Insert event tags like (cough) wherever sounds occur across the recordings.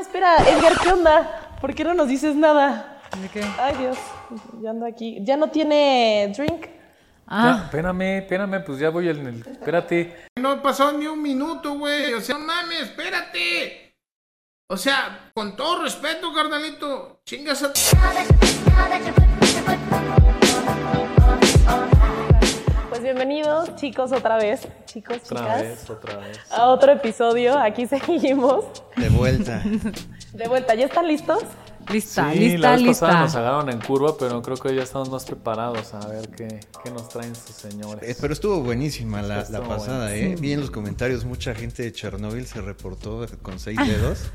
espera, Edgar, ¿qué onda? ¿Por qué no nos dices nada? ¿De qué? Ay, Dios, ya ando aquí. ¿Ya no tiene drink? Ah, Ya, espérame, espérame, pues ya voy en el. Espérate. No pasó ni un minuto, güey. O sea, no mames, espérate. O sea, con todo respeto, carnalito. Chingas a. Pues bienvenidos, chicos, otra vez. Chicos, Otra chicas. vez, otra vez. A otro episodio, aquí (laughs) seguimos. De vuelta. De vuelta, ¿ya están (laughs) listos? lista, sí, la lista, vez pasada nos lista. agarraron en curva, pero creo que hoy ya estamos más preparados a ver qué, qué nos traen sus señores. Eh, Pero estuvo buenísima la, Estuvo la pasada, ¿eh? Vi en los comentarios mucha gente de Chernóbil se reportó con seis dedos.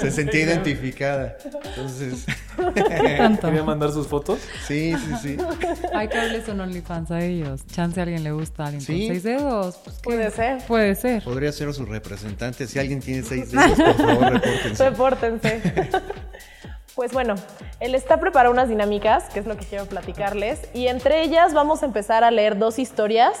se sentía identificada. Entonces, ¿Qué tanto? ¿Quería mandar sus fotos? sí, sí, sí. Hay que darles un OnlyFans a ellos. Chance a alguien le gusta, a alguien con Sí. seis dedos. Pues, ¿qué? Puede ser. Puede ser. Podría ser su representante. Si alguien tiene seis dedos, por favor, (laughs) repórtense. Repórtense. Pues bueno, el está preparó unas dinámicas, que es lo que quiero platicarles, y entre ellas vamos a empezar a leer dos historias.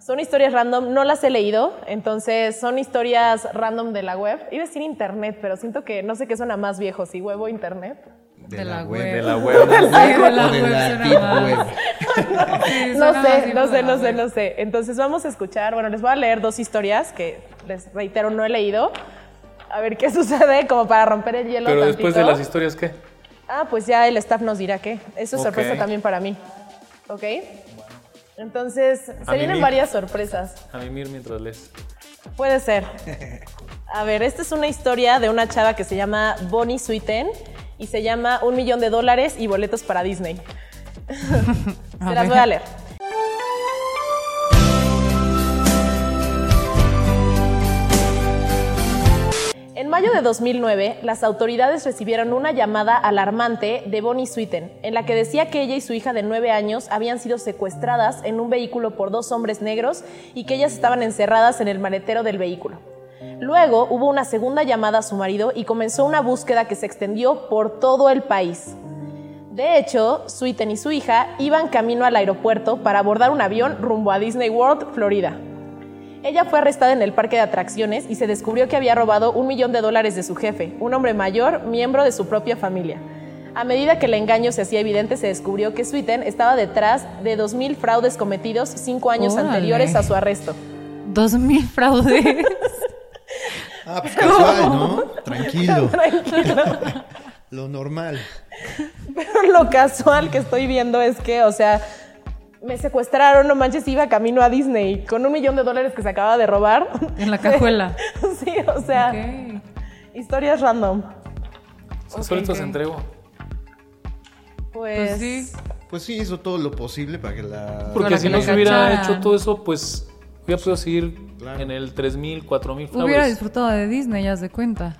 Son historias random, no las he leído, entonces son historias random de la web. Iba a decir internet, pero siento que no sé qué suena más viejo, si web o internet. De la web. De la (laughs) web. Sí, de la O de web la suena deep más. web. Sí, No suena más sé, deep no sé, web. no sé, no sé. Entonces vamos a escuchar, bueno, les voy a leer dos historias que les reitero no he leído. A ver qué (laughs) sucede, como para romper el hielo. Pero después de tantito. las historias, ¿qué? Ah, pues ya el staff nos dirá qué. Eso es Ok. sorpresa también para mí. ¿Ok? Entonces, se vienen mimir. varias sorpresas. A mimir mientras lees. Puede ser. A ver, esta es una historia de una chava que se llama Bonnie Sweeten y se llama Un millón de dólares y boletos para Disney. A Se las ver. voy a leer. En mayo de 2009, las autoridades recibieron una llamada alarmante de Bonnie Sweeten, en la que decía que ella y su hija de 9 años habían sido secuestradas en un vehículo por dos hombres negros y que ellas estaban encerradas en el maletero del vehículo. Luego hubo una segunda llamada a su marido y comenzó una búsqueda que se extendió por todo el país. De hecho, Sweeten y su hija iban camino al aeropuerto para abordar un avión rumbo a Disney World, Florida. Ella fue arrestada en el parque de atracciones y se descubrió que había robado un millón de dólares de su jefe, un hombre mayor, miembro de su propia familia. A medida que el engaño se hacía evidente, se descubrió que Sweeten estaba detrás de 2.000 fraudes cometidos cinco años Órale. anteriores a su arresto. Dos mil fraudes. Ah, pues casual, ¿no? (laughs) Tranquilo. Lo normal. Pero (laughs) lo casual que estoy viendo es que, o sea, me secuestraron, no manches, iba camino a Disney con un millón de dólares que se acaba de robar. En la cajuela. (laughs) sí, o sea, Ok. pues historias random. Son sueltos ok. entrego. Pues, Pues sí. Pues sí, hizo todo lo posible para que la. Para Porque que si no la se hubiera cacharan. hecho todo eso, pues hubiera podido seguir Claro. en el 3.000, 4.000 Pues, Hubiera fraudes. disfrutado de Disney, ya se cuenta.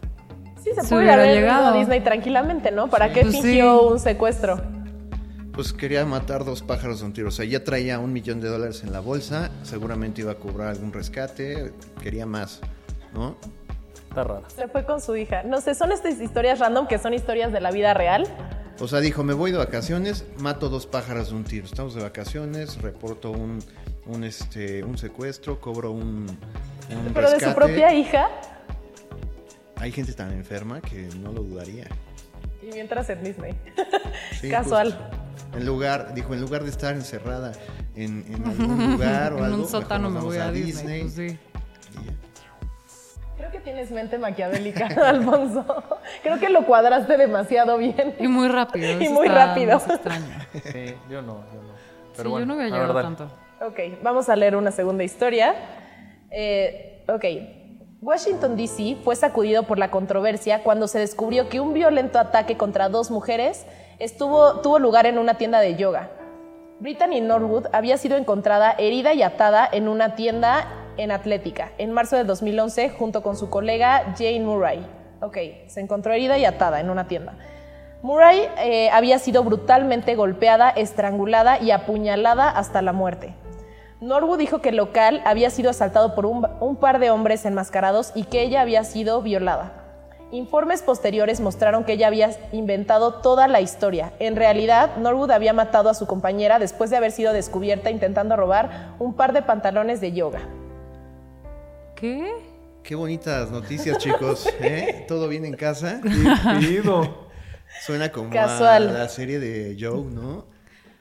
sí se Se puede hubiera haber llegado llegado. a Disney tranquilamente, ¿no? ¿Para qué Pues sí. fingió un secuestro? Pues quería matar dos pájaros de un tiro. O sea, ya traía un millón de dólares en la bolsa. Seguramente iba a cobrar algún rescate. Quería más, ¿no? Está rara. Se fue con su hija. No sé, son estas historias random que son historias de la vida real. O sea, dijo, me voy de vacaciones, mato dos pájaros de un tiro. Estamos de vacaciones, reporto un, un, este, un secuestro, cobro un, un Pero de su rescate. propia hija. Hay gente tan enferma que no lo dudaría. Y mientras en Disney. (laughs) Sí, Casual. justo. En lugar, dijo, en lugar de estar encerrada en, (laughs) en algún lugar o en algo, un mejor sótano nos me vamos voy a, Disney. pues sí. Y ya. Creo que tienes mente maquiavélica, (laughs) Alfonso. Creo que lo cuadraste demasiado bien. Y muy rápido. (laughs) Y eso muy está rápido. más extraño. Sí, yo no, yo no. Pero sí, bueno, yo no a hubiera ver, llegado dale. tanto. Ok, vamos a leer una segunda historia. Eh, ok. Washington, D.C. fue sacudido por la controversia cuando se descubrió que un violento ataque contra dos mujeres estuvo, tuvo lugar en una tienda de yoga. Brittany Norwood había sido encontrada herida y atada en una tienda en Atlética en marzo de 2011 junto con su colega Jane Murray. Ok, se encontró herida y atada en una tienda. Murray eh, había sido brutalmente golpeada, estrangulada y apuñalada hasta la muerte. Norwood dijo que el local había sido asaltado por un, un par de hombres enmascarados y que ella había sido violada. Informes posteriores mostraron que ella había inventado toda la historia. En realidad, Norwood había matado a su compañera después de haber sido descubierta intentando robar un par de pantalones de yoga. ¿Qué? Qué bonitas noticias, chicos. ¿eh? Todo bien en casa. Pido. Suena como Casual. a la serie de Joe, ¿no?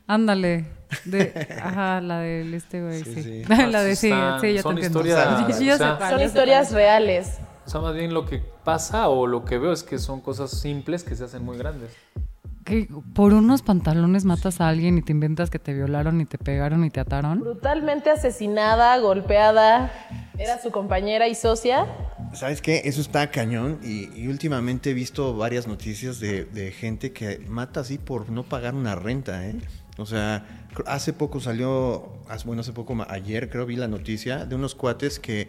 Ándale. De, ajá, la del este güey, Sí, sí. sí. (laughs) La de sí, Están- sí, ya son te entiendo. historias, Sí, yo o sea, sé cuál, Son yo sé historias reales. O sea, más bien lo que pasa o lo que veo es que son cosas simples que se hacen muy grandes. cuál. Que por unos pantalones matas a alguien y te inventas que te violaron y te pegaron y te ataron. Brutalmente asesinada, golpeada. Era su compañera y socia. ¿Sabes qué? Eso está cañón y, y últimamente he visto varias noticias de, de gente que mata así por no pagar una renta, ¿eh? O sea, cr- hace poco salió, hace- bueno, hace poco, ma- ayer creo vi la noticia de unos cuates que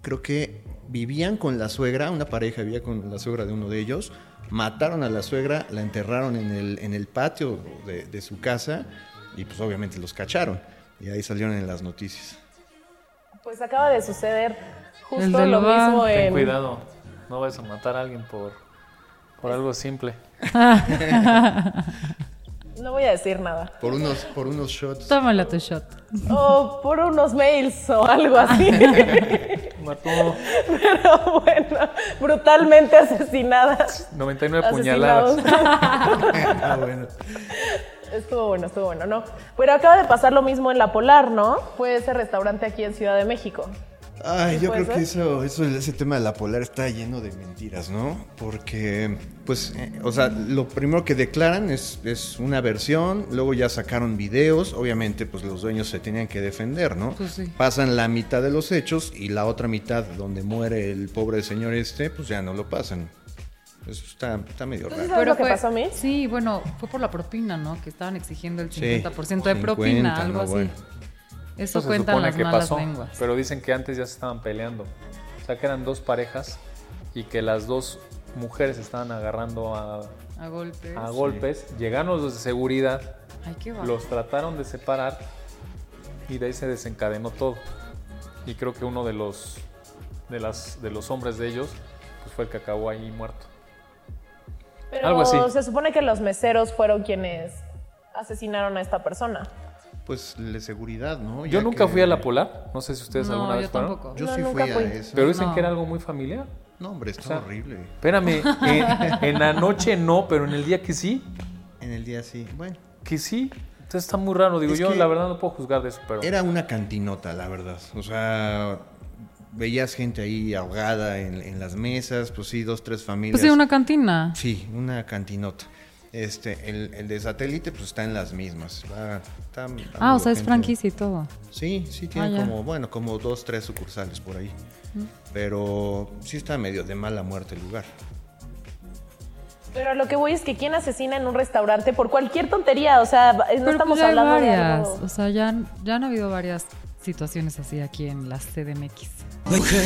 creo que vivían con la suegra, una pareja vivía con la suegra de uno de ellos, mataron a la suegra, la enterraron en el, en el patio de, de su casa y pues obviamente los cacharon y ahí salieron en las noticias. Pues acaba de suceder El justo del lo bar. mismo Ten en. cuidado, no vayas a matar a alguien por, por algo simple. No voy a decir nada. Por unos, por unos shots. Tómala tu shot. O por unos mails o algo así. (laughs) Mató Pero bueno, brutalmente asesinada. 99 Asesinados. puñaladas. Ah, bueno. Estuvo bueno, estuvo bueno, ¿no? Pero acaba de pasar lo mismo en La Polar, ¿no? Fue ese restaurante aquí en Ciudad de México. Ay, ¿Sí yo puede creo que eso, eso, ese tema de la polar está lleno de mentiras, ¿no? Porque, pues, eh, o sea, lo primero que declaran es, es una versión, luego ya sacaron videos, obviamente, pues los dueños se tenían que defender, ¿no? Pues sí. Pasan la mitad de los hechos y la otra mitad, donde muere el pobre señor este, pues ya no lo pasan. Eso está, está medio Pues Entonces, raro. ¿Sabes lo que pasó a mí? Sí, bueno, fue por la propina, ¿no? Que estaban exigiendo el Sí, 50% de propina, 50, algo no, así. bueno. Eso Eso se cuentan supone las que malas pasó, lenguas. pero dicen que antes ya se estaban peleando. O sea, que eran dos parejas y que las dos mujeres estaban agarrando a, A golpes. a golpes. Llegaron los de seguridad, Ay, qué va. los trataron de separar y de ahí se desencadenó todo. Y creo que uno de los, de las, de los hombres de ellos pues fue el que acabó ahí muerto. Pero Algo así. se supone que los meseros fueron quienes asesinaron a esta persona. Pues la seguridad, ¿no? Yo Ya nunca que- fui a la Polar, no sé si ustedes No, alguna yo vez fueron. tampoco. Yo No, sí nunca fui, fui. a eso. Pero dicen No. que era algo muy familiar. No, hombre, está sea, horrible. Espérame, (laughs) en, en la noche no, pero en el día que sí, En el día sí. Bueno. que sí. Entonces está muy raro. Digo, Es yo que la verdad no puedo juzgar de eso, pero. Era una cantinota, la verdad. O sea, veías gente ahí ahogada en, en las mesas, pues sí, dos, tres familias. Pues sí, una cantina. Sí, una cantinota. Este, el, el de satélite, pues está en las mismas. Va- está- está Ah, o medio sea, es gente. franquicia y todo. Sí, sí, Ah, tiene ya. Mm. como, bueno, como dos, tres sucursales por ahí. Pero sí está medio de mala muerte el lugar. Pero a lo que voy es que quién asesina en un restaurante por cualquier tontería, o sea, no Pero estamos pues ya hay hablando varias. de algo. O sea, ya, han- ya han habido varias situaciones así aquí en la CDMX. Mujer,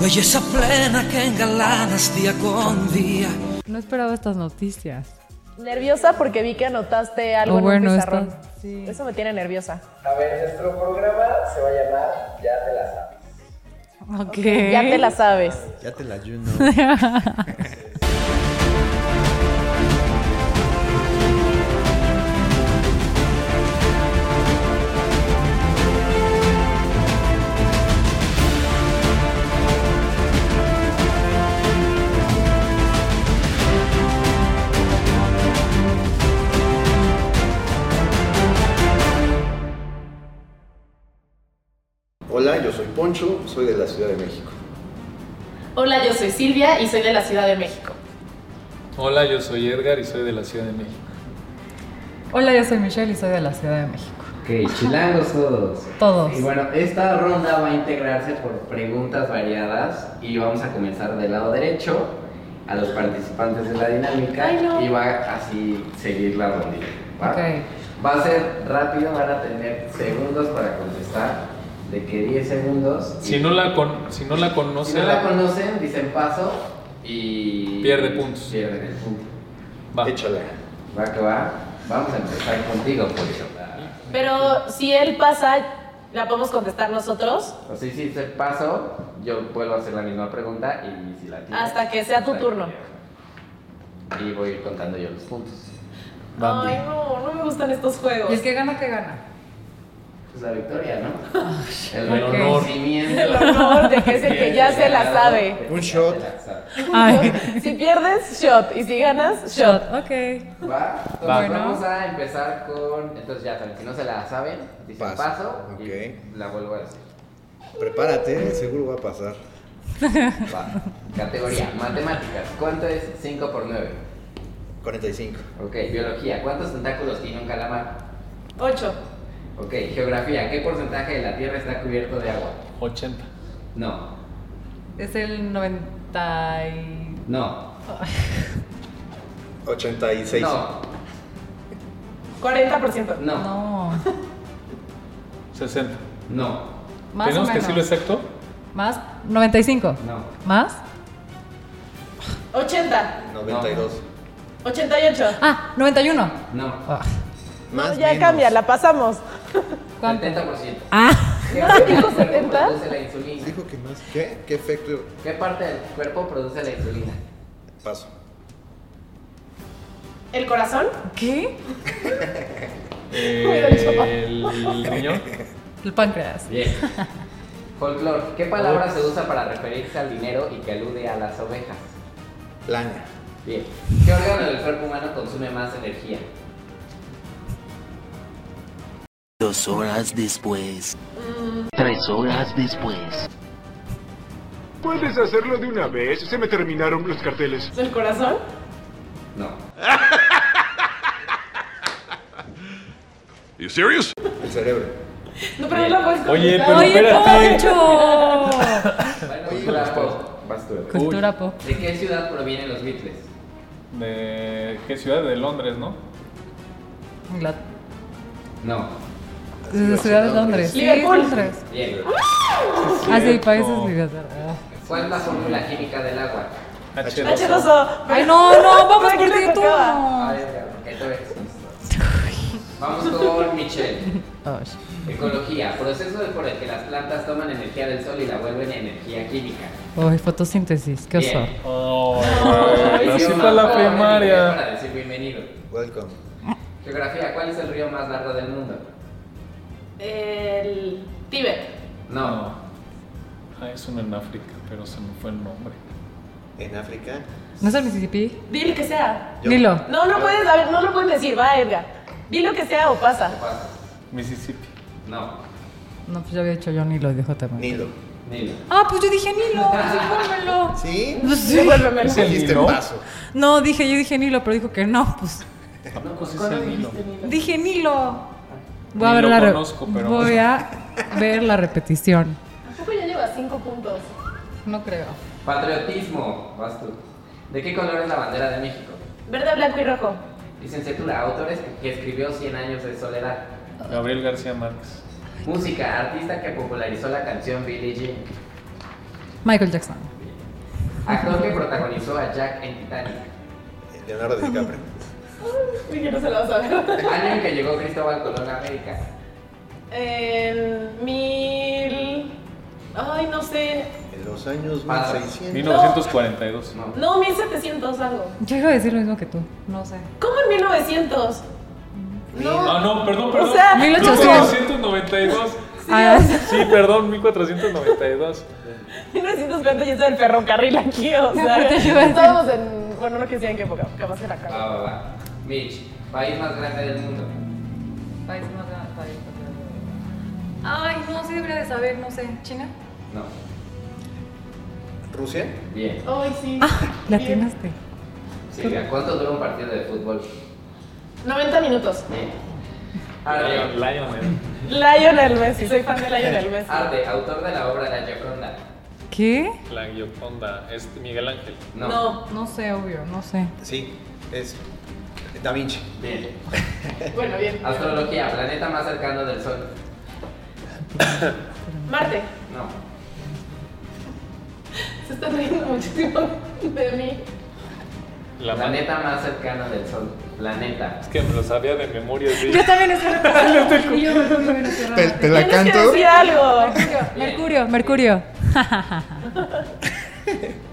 belleza plena que engalanas día con día. No esperaba estas noticias. Nerviosa porque vi que anotaste algo Oh, en bueno, un pizarrón. está- sí. Eso me tiene nerviosa. A ver, nuestro programa se va a llamar Ya te la sabes. Ok. Ya te la sabes. Ya te la ayuno. Hola, yo soy Poncho, soy de la Ciudad de México. Hola, yo soy Silvia y soy de la Ciudad de México. Hola, yo soy Edgar y soy de la Ciudad de México. Hola, yo soy Michelle y soy de la Ciudad de México. Ok, chilangos todos. Todos. Y bueno, esta ronda va a integrarse por preguntas variadas y vamos a comenzar del lado derecho a los participantes de la dinámica Ay, no. y va así seguir la rondilla. ¿va? Ok. Va a ser rápido, van a tener segundos para contestar, de que 10 segundos. y- Si no la, con, si no la conoce, si no la la- conocen, dicen paso y... Pierde puntos. Pierden el punto. va. Échala. Va que va. Vamos a empezar contigo, pues, Poncho. Pero si él pasa, ¿la podemos contestar nosotros? O sea, si se paso, yo vuelvo a hacer la misma pregunta y si la tienes. pues, Hasta que sea tu turno. Y voy a ir contando yo los puntos. Bambi. Ay, no, no me gustan estos juegos. que gana, que gana. pues, la victoria, ¿no? El ok. (laughs) reconocimiento. El honor de que es el que ya se (laughs) la sabe. Un shot. Ay. (laughs) Si pierdes, shot. Y si ganas, shot. (laughs) Ok. ¿Va? Entonces Va. vamos a empezar con. Entonces ya saben, si no se la saben, dicen Paso, paso, ok. y la vuelvo a decir. Prepárate, seguro va a pasar. Va. (laughs) Categoría: Matemáticas. ¿Cuánto es 5 por 9? 45. Ok. Biología: ¿cuántos tentáculos tiene un calamar? Ocho. Ok. Geografía: ¿qué porcentaje de la Tierra está cubierto de agua? 80. No. Es el 90 y... No. 86. No. 40%. No. No. 60. No. Más ¿Tenemos o que menos. decirlo exacto? Más 95. No. Más. 80. 92. 88. Ah, 91. No. Ah, No, Más, ya menos. cambia, la pasamos. ¿Cuánto? 70%. Ah, ¿Qué parte del Dijo cuerpo 70. produce la insulina? Dijo que más. ¿Qué? ¿Qué efecto? ¿Qué parte del cuerpo produce la insulina? Paso. ¿El corazón? ¿qué? El riñón. El páncreas. (laughs) Bien. Folclor, ¿qué palabra se usa para referirse al dinero y que alude a las ovejas? Lana. Bien. ¿Qué órgano del cuerpo humano consume más energía? Dos horas después. Tres horas después. ¿Puedes hacerlo de una vez? Se me terminaron los carteles. ¿El corazón? No. ¿You serious? El cerebro. No, pero no la puedes Oye, contestar. pero espérate. Poncho! Bueno, cultura pop. Vas tú. Cultura pop. ¿De qué ciudad provienen los Beatles? ¿De qué ciudad? De Londres, ¿no? Inglaterra. No. Desde Ciudad de Londres. Sí, Liverpool. Londres. Bien. Ah, sí, países Cierto. Inglaterra. ¿Cuál es la fórmula química del agua? H2. H2O. Ay, no, no, vamos Pero por aquí ti nos tú. acaba. Ay, ok, todavía existe. Vamos con Michelle. Oh, shit. Ecología, proceso por el que las plantas toman energía del sol y la vuelven energía química. Ay, oh, fotosíntesis, qué oso. Bien. Ay, Hicieron así una fue la palabra en inglés primaria. Para decir bienvenido. Welcome. Geografía, ¿cuál es el río más largo del mundo? El Tíbet. No. Ah, es uno en África, pero se me fue el nombre. En África. ¿No es el Mississippi? Dile que sea. Yo. Dilo. No, no puedes, a ver, no lo puedes decir, va, Edgar. Dile lo que sea o pasa. Pasa. Mississippi. No. No, pues yo había dicho yo Nilo, dijo también. Nilo. Nilo. Ah, pues yo dije Nilo, supónmelo. ¿Sí? Pues sí. Devuélvemelo. ¿Es el Dijiste Nilo? paso. No, dije, yo dije Nilo, pero dijo que no, pues. No, pues es el Nilo. Dije Nilo. Voy Ni a ver lo la re- conozco, pero- Voy a ver la repetición. Tampoco ya lleva cinco puntos. No creo. Patriotismo. Vas tú. ¿De qué color es la bandera de México? Verde, blanco y rojo. Licenciatura, autores que escribió 100 años de soledad. Gabriel García Márquez. Música, artista que popularizó la canción Billie Jean. Michael Jackson. Actor que protagonizó a Jack en Titanic. Leonardo DiCaprio. Sí, que no se lo vas a ver. Año en que llegó Cristóbal Colón a América. En mil. Ay, no sé. En los años Ah, 1600. 1942. No. No, 1700 algo. Yo iba a decir lo mismo que tú. No sé. ¿Cómo en (laughs) 1900? Ah, no, perdón, perdón. O sea, 1800. 1492. Ah, Sí, perdón, 1492. 1940 ya está el ferrocarril aquí, o No, sea. pero te pues, iba a decir. Estábamos en. Bueno, no que sea en qué época, capaz que la cara. Va, va, va. Mitch, país más grande del mundo. Ay, no sé, debería de saber, no sé. ¿China? No. Rusia. Bien. Ay, sí. Ah, La Bien. atinaste. Silvia, ¿cuánto dura un partido de fútbol? 90 minutos. Bien. Lion, Arte, Lionel. Lionel Messi, soy fan de (laughs) Lionel Messi. Arte, autor de la obra La Gioconda. ¿Qué? La Gioconda. Es Miguel Ángel. No. No sé, obvio, no sé. Sí. Es Da Vinci. Bien. Bueno, bien. Astrología, planeta más cercano del Sol. Marte, No. se están riendo muchísimo de mí. La man- planeta más cercano del Sol. Planeta. Es que me lo sabía de memoria. sí. Yo también estoy Y yo (laughs) Mercurio, ¿Te, Venezuela. te la Tienes que canto? decir algo. Mercurio, Mercurio.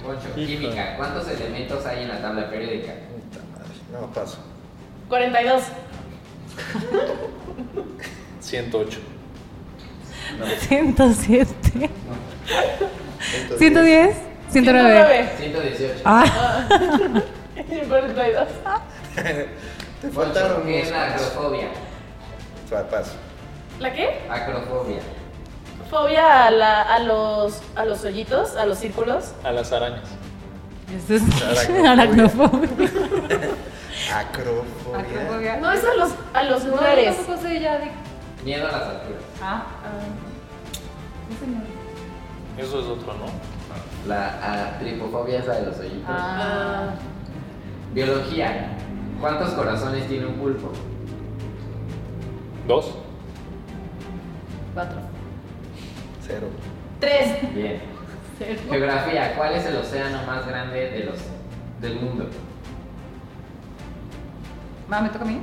Ocho. Química, ¿cuántos elementos hay en la tabla periódica? No, paso. 42. 108. 107. 110. 109. 109. 118. Ah, (laughs) 42. Te Faltaron bien la acrofobia. Paso. ¿La qué? Acrofobia. Fobia a, la- a los, a los hoyitos, a los círculos. A las arañas. eso es Aracnofobia. aracnofobia. Acrofobia. No, es a los, a los lugares. sé ya de. Miedo a las alturas. Ah, Eso es otro, ¿no? La a, tripofobia es la de los hoyitos. Ah, Biología. ¿Cuántos corazones tiene un pulpo? Dos. cuatro. Cero. Tres. (laughs) Bien. Geografía. ¿Cuál es el océano más grande de los, del mundo? Ma, me toca a mí.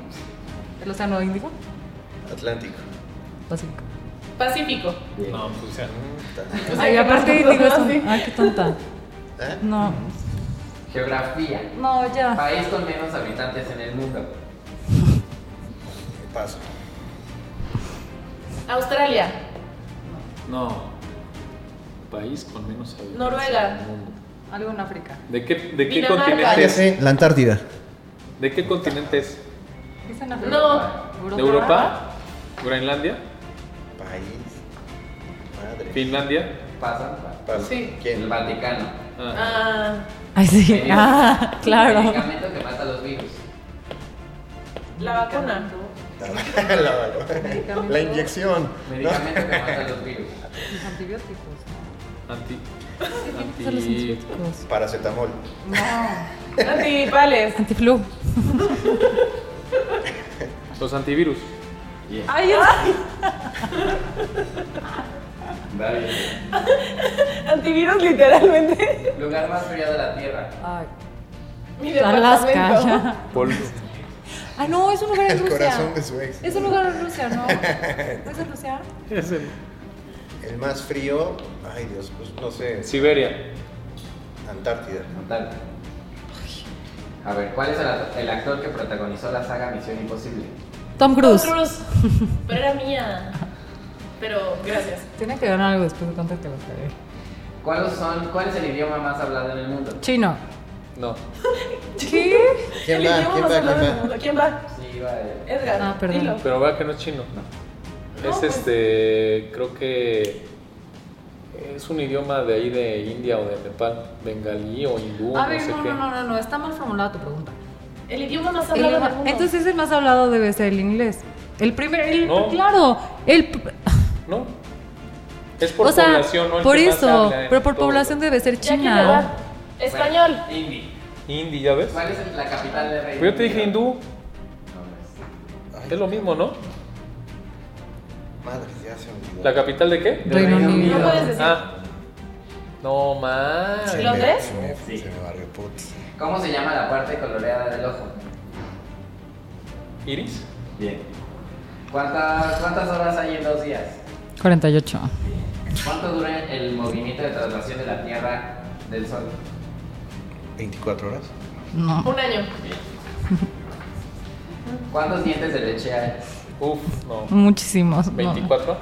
El océano Índico. (laughs) Atlántico. Pacífico. Pacífico. Bien. No, pues ya. Ay, aparte (laughs) no, no, digo eso. sí. Ay, Ah, qué tonta. ¿Eh? No, Geografía. no, ya. País con menos habitantes en el mundo. Paso. Australia. No. País con menos habitantes Noruega. en el mundo. Algo en África. ¿De qué, de qué Dinamarca. continente es? La Antártida. ¿De qué continente es? ¿Qué es en África? No. ¿De Europa? ¿Groenlandia? País. Madre. ¿Finlandia? Pasan. Paso. Sí. El ¿Quién? Vaticano. Ah, Ah, Ay, sí. Medio- Ah, claro. Medicamento que mata los virus. la (laughs) vacuna. (laughs) La, la- la inyección. Medicamento que mata los virus. Antibióticos. anti. Son anti los antibióticos. Paracetamol. No. Antipales. Antiflu. los antivirus. Ay, Va bien. Antivirus literalmente. Lugar más frío de la Tierra. Ay, Mi Alaska. departamento. ya. Pol- Ah, no, es un lugar en El Rusia. corazón de su ex. Es un lugar en Rusia, ¿no? ¿No es en Rusia? El más frío. Ay, Dios, pues no sé. Siberia. Antártida. Total. A ver, ¿cuál es el, el actor que protagonizó la saga Misión Imposible? Tom Cruz. Cruise. Pero era mía. Pero gracias. Tiene que ganar algo después de tanto que lo cagué. ¿Cuáles son, ¿Cuál es el idioma más hablado en el mundo? Chino. No. ¿Qué? ¿Quién El va? idioma ¿Quién más va? hablado del ¿Quién va? mundo. ¿Quién va? Sí, va de- Edgar. Ah, perdón. dilo. Pero vea que no es chino. No, es pues. este. Creo que. Es un idioma de ahí de India o de Nepal. Bengalí o hindú. A no ver, sé no, qué. no, no, no, no, está mal formulada tu pregunta. El idioma más hablado El- del mundo. entonces el más hablado debe ser el inglés. El primer, el, No. claro, el, p- ¿No? Es por o sea, población, ¿no? El por que más eso, habla en pero por todo. población debe ser Ya quién le va. China. Español. Bueno, hindi. Hindi, ¿ya ves? ¿Cuál es la capital de Reino Pero Pues yo te dije Unido? hindú. Es lo mismo, ¿no? Madre, ya se olvidó. ¿La capital de qué? Del Reino Unido. No puedes decir. Ah. No más. Se me- ¿Londres? Se me, Sí. se me barrió putz. ¿Cómo se llama la parte coloreada del ojo? ¿Iris? Bien. ¿Cuántas, ¿Cuántas horas hay en dos días? 48. ¿Cuánto dura el movimiento de traslación de la Tierra del Sol? 24 horas. No. Un año. ¿Cuántos dientes de leche hay? Uf, no. Muchísimos. No, no. ¿24?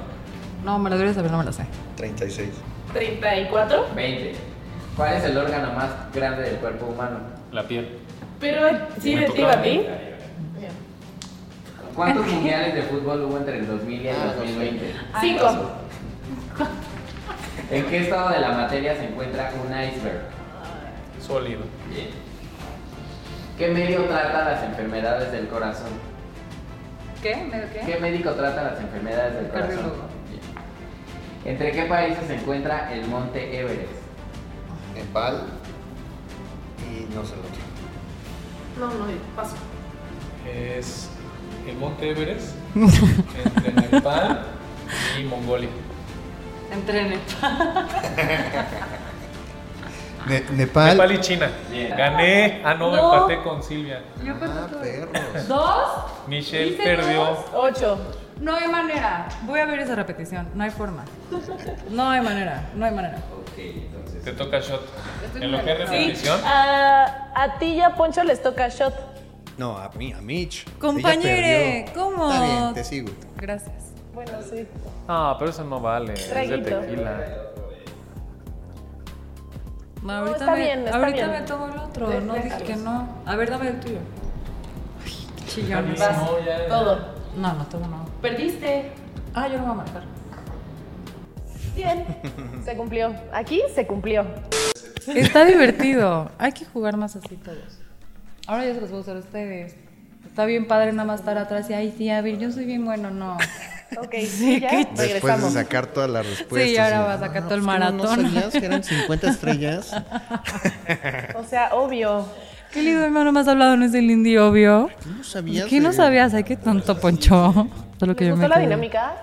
No, me lo debes saber, no me lo sé. 36. 34. 20. ¿Cuál es el órgano más grande del cuerpo humano? La piel. Pero sí de ti a ti. ¿Cuántos mundiales de fútbol hubo entre el 2000 y el Ah, 2020? Cinco. ¿En qué estado de la materia se encuentra un iceberg? Sólido. Bien. ¿Qué medio trata las enfermedades del corazón? ¿Qué? ¿Medio qué? ¿Qué médico trata las enfermedades del corazón? Cardiólogo. Bien. ¿Entre qué países se encuentra el monte Everest? Nepal. Y no sé lo otro. No, no, paso. Es el monte (laughs) Everest entre Nepal y Mongolia. (laughs) Entrene. Nepal. Ah. Nepal y China. Bien. Gané. Ah, no, No. empaté con Silvia. Ah, (laughs) perros. ¿Dos? Michelle Hice perdió. dos. Ocho. No hay manera. Voy a ver esa repetición. No hay forma. No hay manera. No hay manera. Ok, entonces. Te toca shot. Estoy En lo que es nerviosa. repetición. A, ah, a ti ya Poncho les toca shot. No, a mí, a Mitch. Ella Compañere, perdió. ¿cómo? Está bien, te sigo. Gracias. Bueno, sí. Ah, pero eso no vale. Es de Traguito. tequila. No, ahorita está me, bien, está ahorita bien. me tomo el otro. no dije que no. A ver, dame el tuyo. Ay, qué chillones. Vas. Todo. No, no tomo nada. Perdiste. Ah, yo no voy a marcar. Bien. Se cumplió. Aquí se cumplió. Está divertido. Hay que jugar más así todos. Ahora yo se los voy a usar a ustedes. Está bien padre nada más estar atrás y ay, sí, a ver, yo soy bien bueno, no. Ok, (laughs) Sí, ya qué Después de regresamos. sacar todas las respuestas. Sí, ahora vas a sacar todo el pues, ¿cómo maratón. ¿No sabías que eran 50 estrellas? O sea, obvio. Qué lindo, hermano, más hablado no es el indie, obvio. ¿No sabías? ¿Qué no de- sabías? Ay, qué tonto, Poncho. Solo que ¿Les yo me gustó la quedé. dinámica?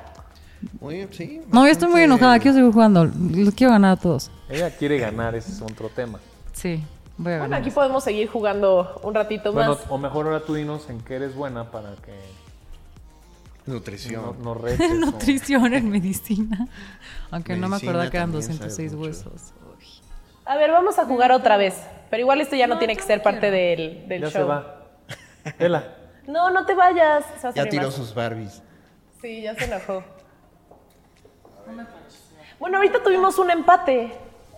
Oye, sí. No, yo estoy muy bastante- enojada. Aquí yo sigo jugando. Los quiero ganar a todos. Ella quiere ganar, ese es otro tema. Sí, voy a Bueno, ganar. (laughs) aquí podemos seguir jugando un ratito más. Bueno, o mejor ahora tú dinos en qué eres buena para que no, Nutrición. no retes. o- Nutrición en medicina. Aunque no me Medicina acuerdo que eran también sabes 206 mucho. huesos. Uy. A ver, vamos a jugar otra vez. Pero igual esto ya no, tiene que ser parte del, del Ya show. se va. Ela, No, no te vayas. Se va a Ya hacer tiró más. sus Barbies. Sí, ya se enojó. Bueno, ahorita tuvimos un empate.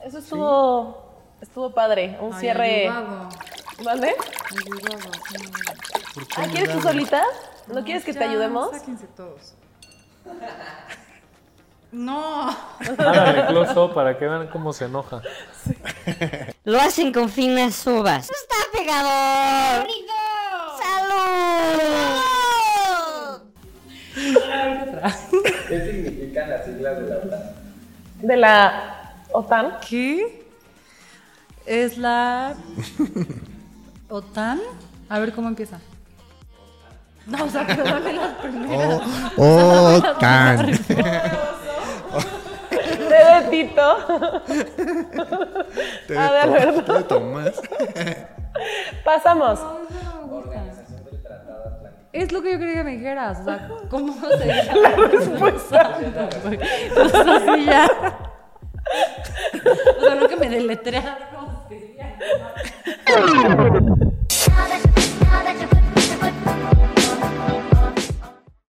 Eso estuvo. Estuvo padre. Un cierre. ¿Vale? Ah, ¿quieres tú solita? ¿No quieres que te ayudemos? Sáquense todos. (laughs) No. hágale close up para que vean cómo se enoja. Lo hacen con finas uvas. ¡Está pegado! ¡Salud! ¿Qué significan las siglas de la OTAN? De la OTAN. ¿Qué? Es la OTAN. A ver cómo empieza. No, o sea, que dame las primeras. Oh, tan. De (laughs) Betito. Te A ver, to- ¿verdad? te tomas. Pasamos. Es lo que yo quería que me dijeras. O sea, ¿cómo (laughs) se dice la respuesta? O sea, sí, ya. O sea, no que me deletreas. ¿cómo se diría?